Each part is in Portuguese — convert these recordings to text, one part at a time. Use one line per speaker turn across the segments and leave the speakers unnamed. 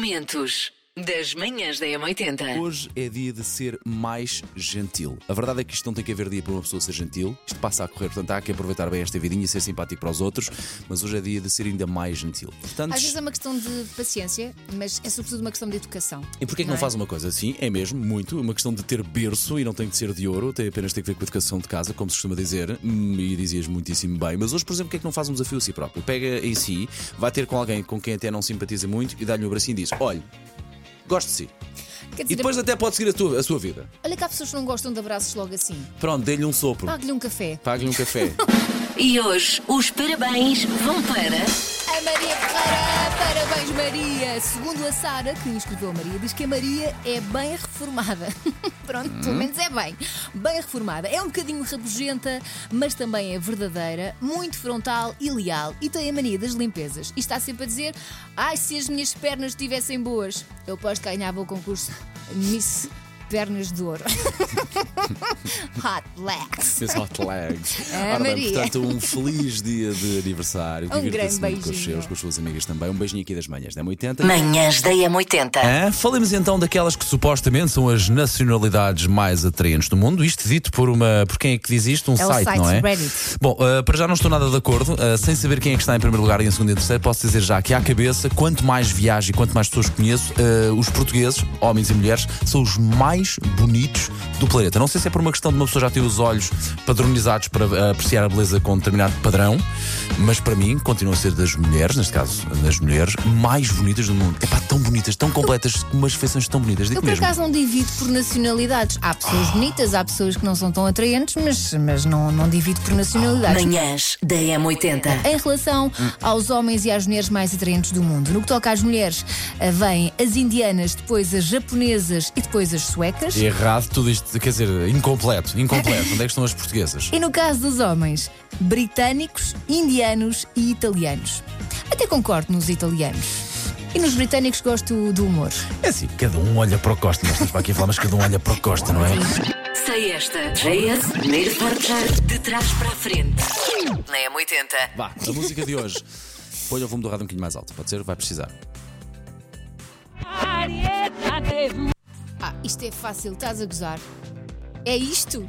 Momentos das manhãs da M80.
Hoje é dia de ser mais gentil. A verdade é que isto não tem que haver dia para uma pessoa ser gentil. Isto passa a correr, portanto há que aproveitar bem esta vidinha e ser simpático para os outros, mas hoje é dia de ser ainda mais gentil. Portanto,
Às vezes é uma questão de paciência, mas é sobretudo uma questão de educação.
e porquê é que não,
é?
faz uma coisa assim? É mesmo, muito, uma questão de ter berço e não tem de ser de ouro, tem apenas tem que ver com a educação de casa, como se costuma dizer, Hum, e dizias muitíssimo bem. Mas hoje, por exemplo, porquê é que não faz um desafio a si próprio? Pega em si, vai ter com alguém com quem até não simpatiza muito e dá-lhe um abracinho e diz: Olha, gosto de si.
Quer
um- E
dizer,
depois até pode seguir a, tua, a sua vida.
olha que há pessoas que não gostam de abraços logo assim.
Pronto, dê-lhe um sopro.
Pague-lhe um café.
Pague-lhe um café.
E hoje os parabéns vão para.
A Maria Ferreira, parabéns Maria! Segundo a Sara, que escreveu a Maria, diz que a Maria é bem reformada. Pronto, pelo menos é bem. Bem reformada. É um bocadinho rabugenta, mas também é verdadeira, muito frontal e leal. E tem a mania das limpezas. E está sempre a dizer: ai, se as minhas pernas estivessem boas, eu posso ganhava o concurso Miss Pernas de Ouro. Hot legs.
Seus hot legs.
Ah,
Ora bem,
Maria.
portanto, um feliz dia de aniversário.
Um
Divirta-se
grande
muito com os
beijinho.
seus, com as suas amigas também. Um beijinho aqui das manhãs da M80.
Manhãs da M80.
Hã? Falemos então daquelas que supostamente são as nacionalidades mais atraentes do mundo. Isto dito por uma. Por quem é que diz isto? Um
o
site,
site
não é?
Reddit.
Bom, ah, para já não estou nada de acordo. Ah, sem saber quem é que está em primeiro lugar e em segundo e em terceiro, posso dizer já que à cabeça, quanto mais viajo e quanto mais pessoas conheço, ah, os portugueses, homens e mulheres, são os mais bonitos do planeta. Não sei se é por uma questão de uma pessoa já ter os olhos padronizados para ah, apreciar a beleza com determinado padrão, mas para mim continua a ser das mulheres, neste caso, das mulheres mais bonitas do mundo. É pá, tão bonitas, tão completas, com umas feições tão bonitas.
Eu
Digo
por
mesmo.
acaso não divido por nacionalidades. Há pessoas bonitas, há pessoas que não são tão atraentes, mas, mas não, não divido por nacionalidades.
Manhãs da M80.
Em relação aos homens e às mulheres mais atraentes do mundo, no que toca às mulheres, ah, vêm as indianas, depois as japonesas e depois as suecas.
Errado tudo isto, quer dizer, incompleto, incompleto. Onde é que estão as portuguesas?
E no caso dos homens, britânicos, indianos e italianos. Até concordo nos italianos. E nos britânicos gosto do humor.
É assim, cada um olha para o Costa, nós estamos para aqui a falar, mas cada um olha para o Costa, não é?
Sei esta. JS, primeiro forte de trás para a frente. Na M80.
Vá, a música de hoje. Põe o volume do rádio um bocadinho mais alto, pode ser? Vai precisar.
Ah, isto é fácil, estás a gozar. É isto?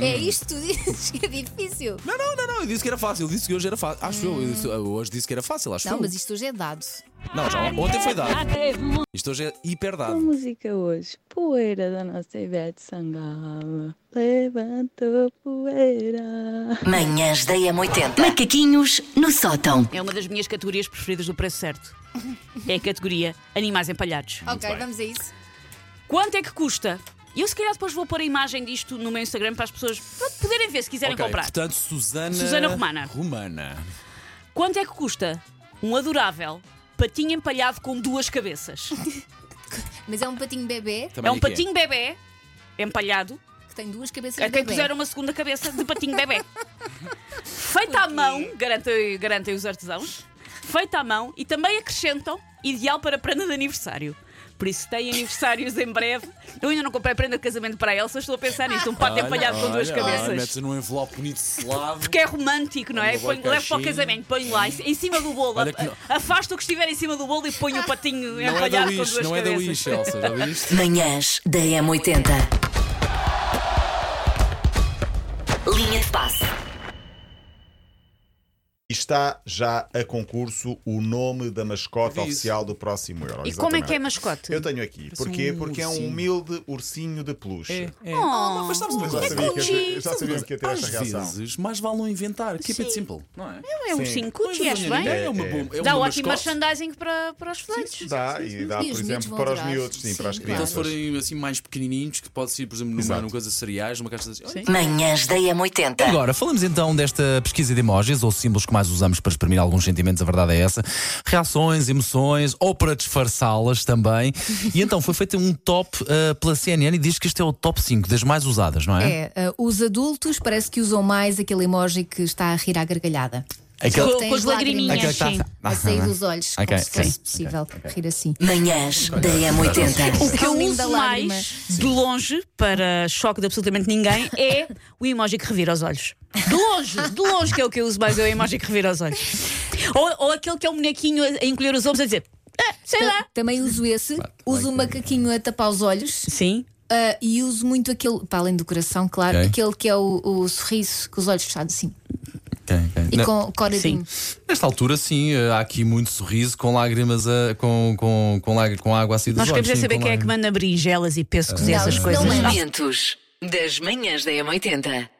É isto que tu dizes que é difícil?
Não, não, não, não, eu disse que era fácil, eu disse que hoje era fácil. Acho eu, eu, disse- eu hoje disse que era fácil, acho
Não,
eu.
mas isto hoje é dado.
Não, já ontem foi dado. Isto hoje é hiper
A
dado.
música é hoje, poeira da nossa Ivete Sangalo. Levantou poeira.
Manhãs da M80. Macaquinhos no sótão.
É uma das minhas categorias preferidas do preço certo. É a categoria Animais Empalhados.
Ok, vamos a isso.
Quanto é que custa? Eu se calhar depois vou pôr a imagem disto no meu Instagram para as pessoas pronto, poderem ver se quiserem
Ok,
comprar.
portanto, Susana.
Susana Romana.
Romana.
Quanto é que custa um adorável patinho empalhado com duas cabeças?
Mas é um patinho bebê
Também
É um
aqui
patinho bebê empalhado,
que tem duas cabeças de
até
bebê.
puseram uma segunda cabeça de patinho bebê. Feita à mão, garantem, garantem os artesãos, feita à mão e também acrescentam ideal para prenda de aniversário. Por isso, tem aniversários em breve. Eu ainda não comprei prenda de casamento para a Elsa, estou a pensar nisto. Um pato
Olha,
empalhado com duas
olha, olha,
cabeças.
Mete-se num envelope bonito selado.
Porque é romântico, não é?
Uma boa
Põe, levo para o
caixinha.
casamento, ponho lá em cima do bolo.
Olha que não-
Afasto o que estiver em cima do bolo e ponho o patinho
Não é da
empalhado com
Wish,
duas
não é da
cabeças.
Wish, Elsa, já viste?
Manhãs da M80. Linha de passe.
E está já a concurso o nome da mascota
Eu vi isso.
oficial do próximo Euro.
E como é que é a
Exatamente.
mascote?
Eu tenho aqui.
Parece
Porquê?
um
Porque é um
ursinho.
humilde ursinho de peluche.
é.
Oh,
mas sabes uma
Eu já
coisa?
sabia que eu, eu já
Sabes uma
sabia
coisa?
que ia ter esta
Então, Às
reação.
vezes, mais vale não inventar. Keep it simple, não é?
é um ursinho cuti, és bem?
É uma
É,
boa. é
Dá
uma
ótimo
mascote.
merchandising para, para os flantes.
Dá, e dá,
E
por
os miúdos
exemplo,
vão
para os
adorar.
miúdos, sim,
Sim,
para as
claro.
Então, se
crianças.
forem assim mais pequenininhos, que pode ser, por exemplo, numa,
Exato.
numa coisa de cereais, numa caixa de. assim, Olha,
Manhãs da M80.
Agora, falamos então desta pesquisa de emojis ou símbolos que mais usamos para exprimir alguns sentimentos, a verdade é essa. Reações, emoções ou para disfarçá-las também. E então foi feito um top eh, pela CNN e diz que este é o top 5 das mais usadas, não é?
É, ah, os adultos parece que usam mais aquele emoji que está a rir à gargalhada.
Aquele,
Com- com as lagriminhas,
aquele tá
sim.
A sair dos olhos,
Ok,
como se fosse
sim.
possível rir assim.
Manhãs da M80.
O que eu
Sinónimo da
uso
lágrima.
mais, de longe, para choque de absolutamente ninguém, é o emoji que revira os olhos. De longe, de longe que é o que eu uso mais, é o emoji que revira os olhos. Ou, ou aquele que é um bonequinho a a encolher os ombros a dizer. Sei lá.
Também uso esse. Uso um macaquinho a tapar os olhos.
Sim.
ah, e uso muito aquele, para além do coração, claro,
Ok.
aquele que é o, o sorriso com os olhos fechados, assim.
Quem, quem?
E
Na-
com o coradinho.
Nesta altura, sim, eh, há aqui muito sorriso com lágrimas, a- com, com, com, lágr- com água assim dos
Nós
olhos.
queremos é
sim,
saber
com
quem é que
lágrimas.
é?
é
manda berinjelas e pêssegos e essas
não
coisas.
é.
Momentos das manhãs da M80.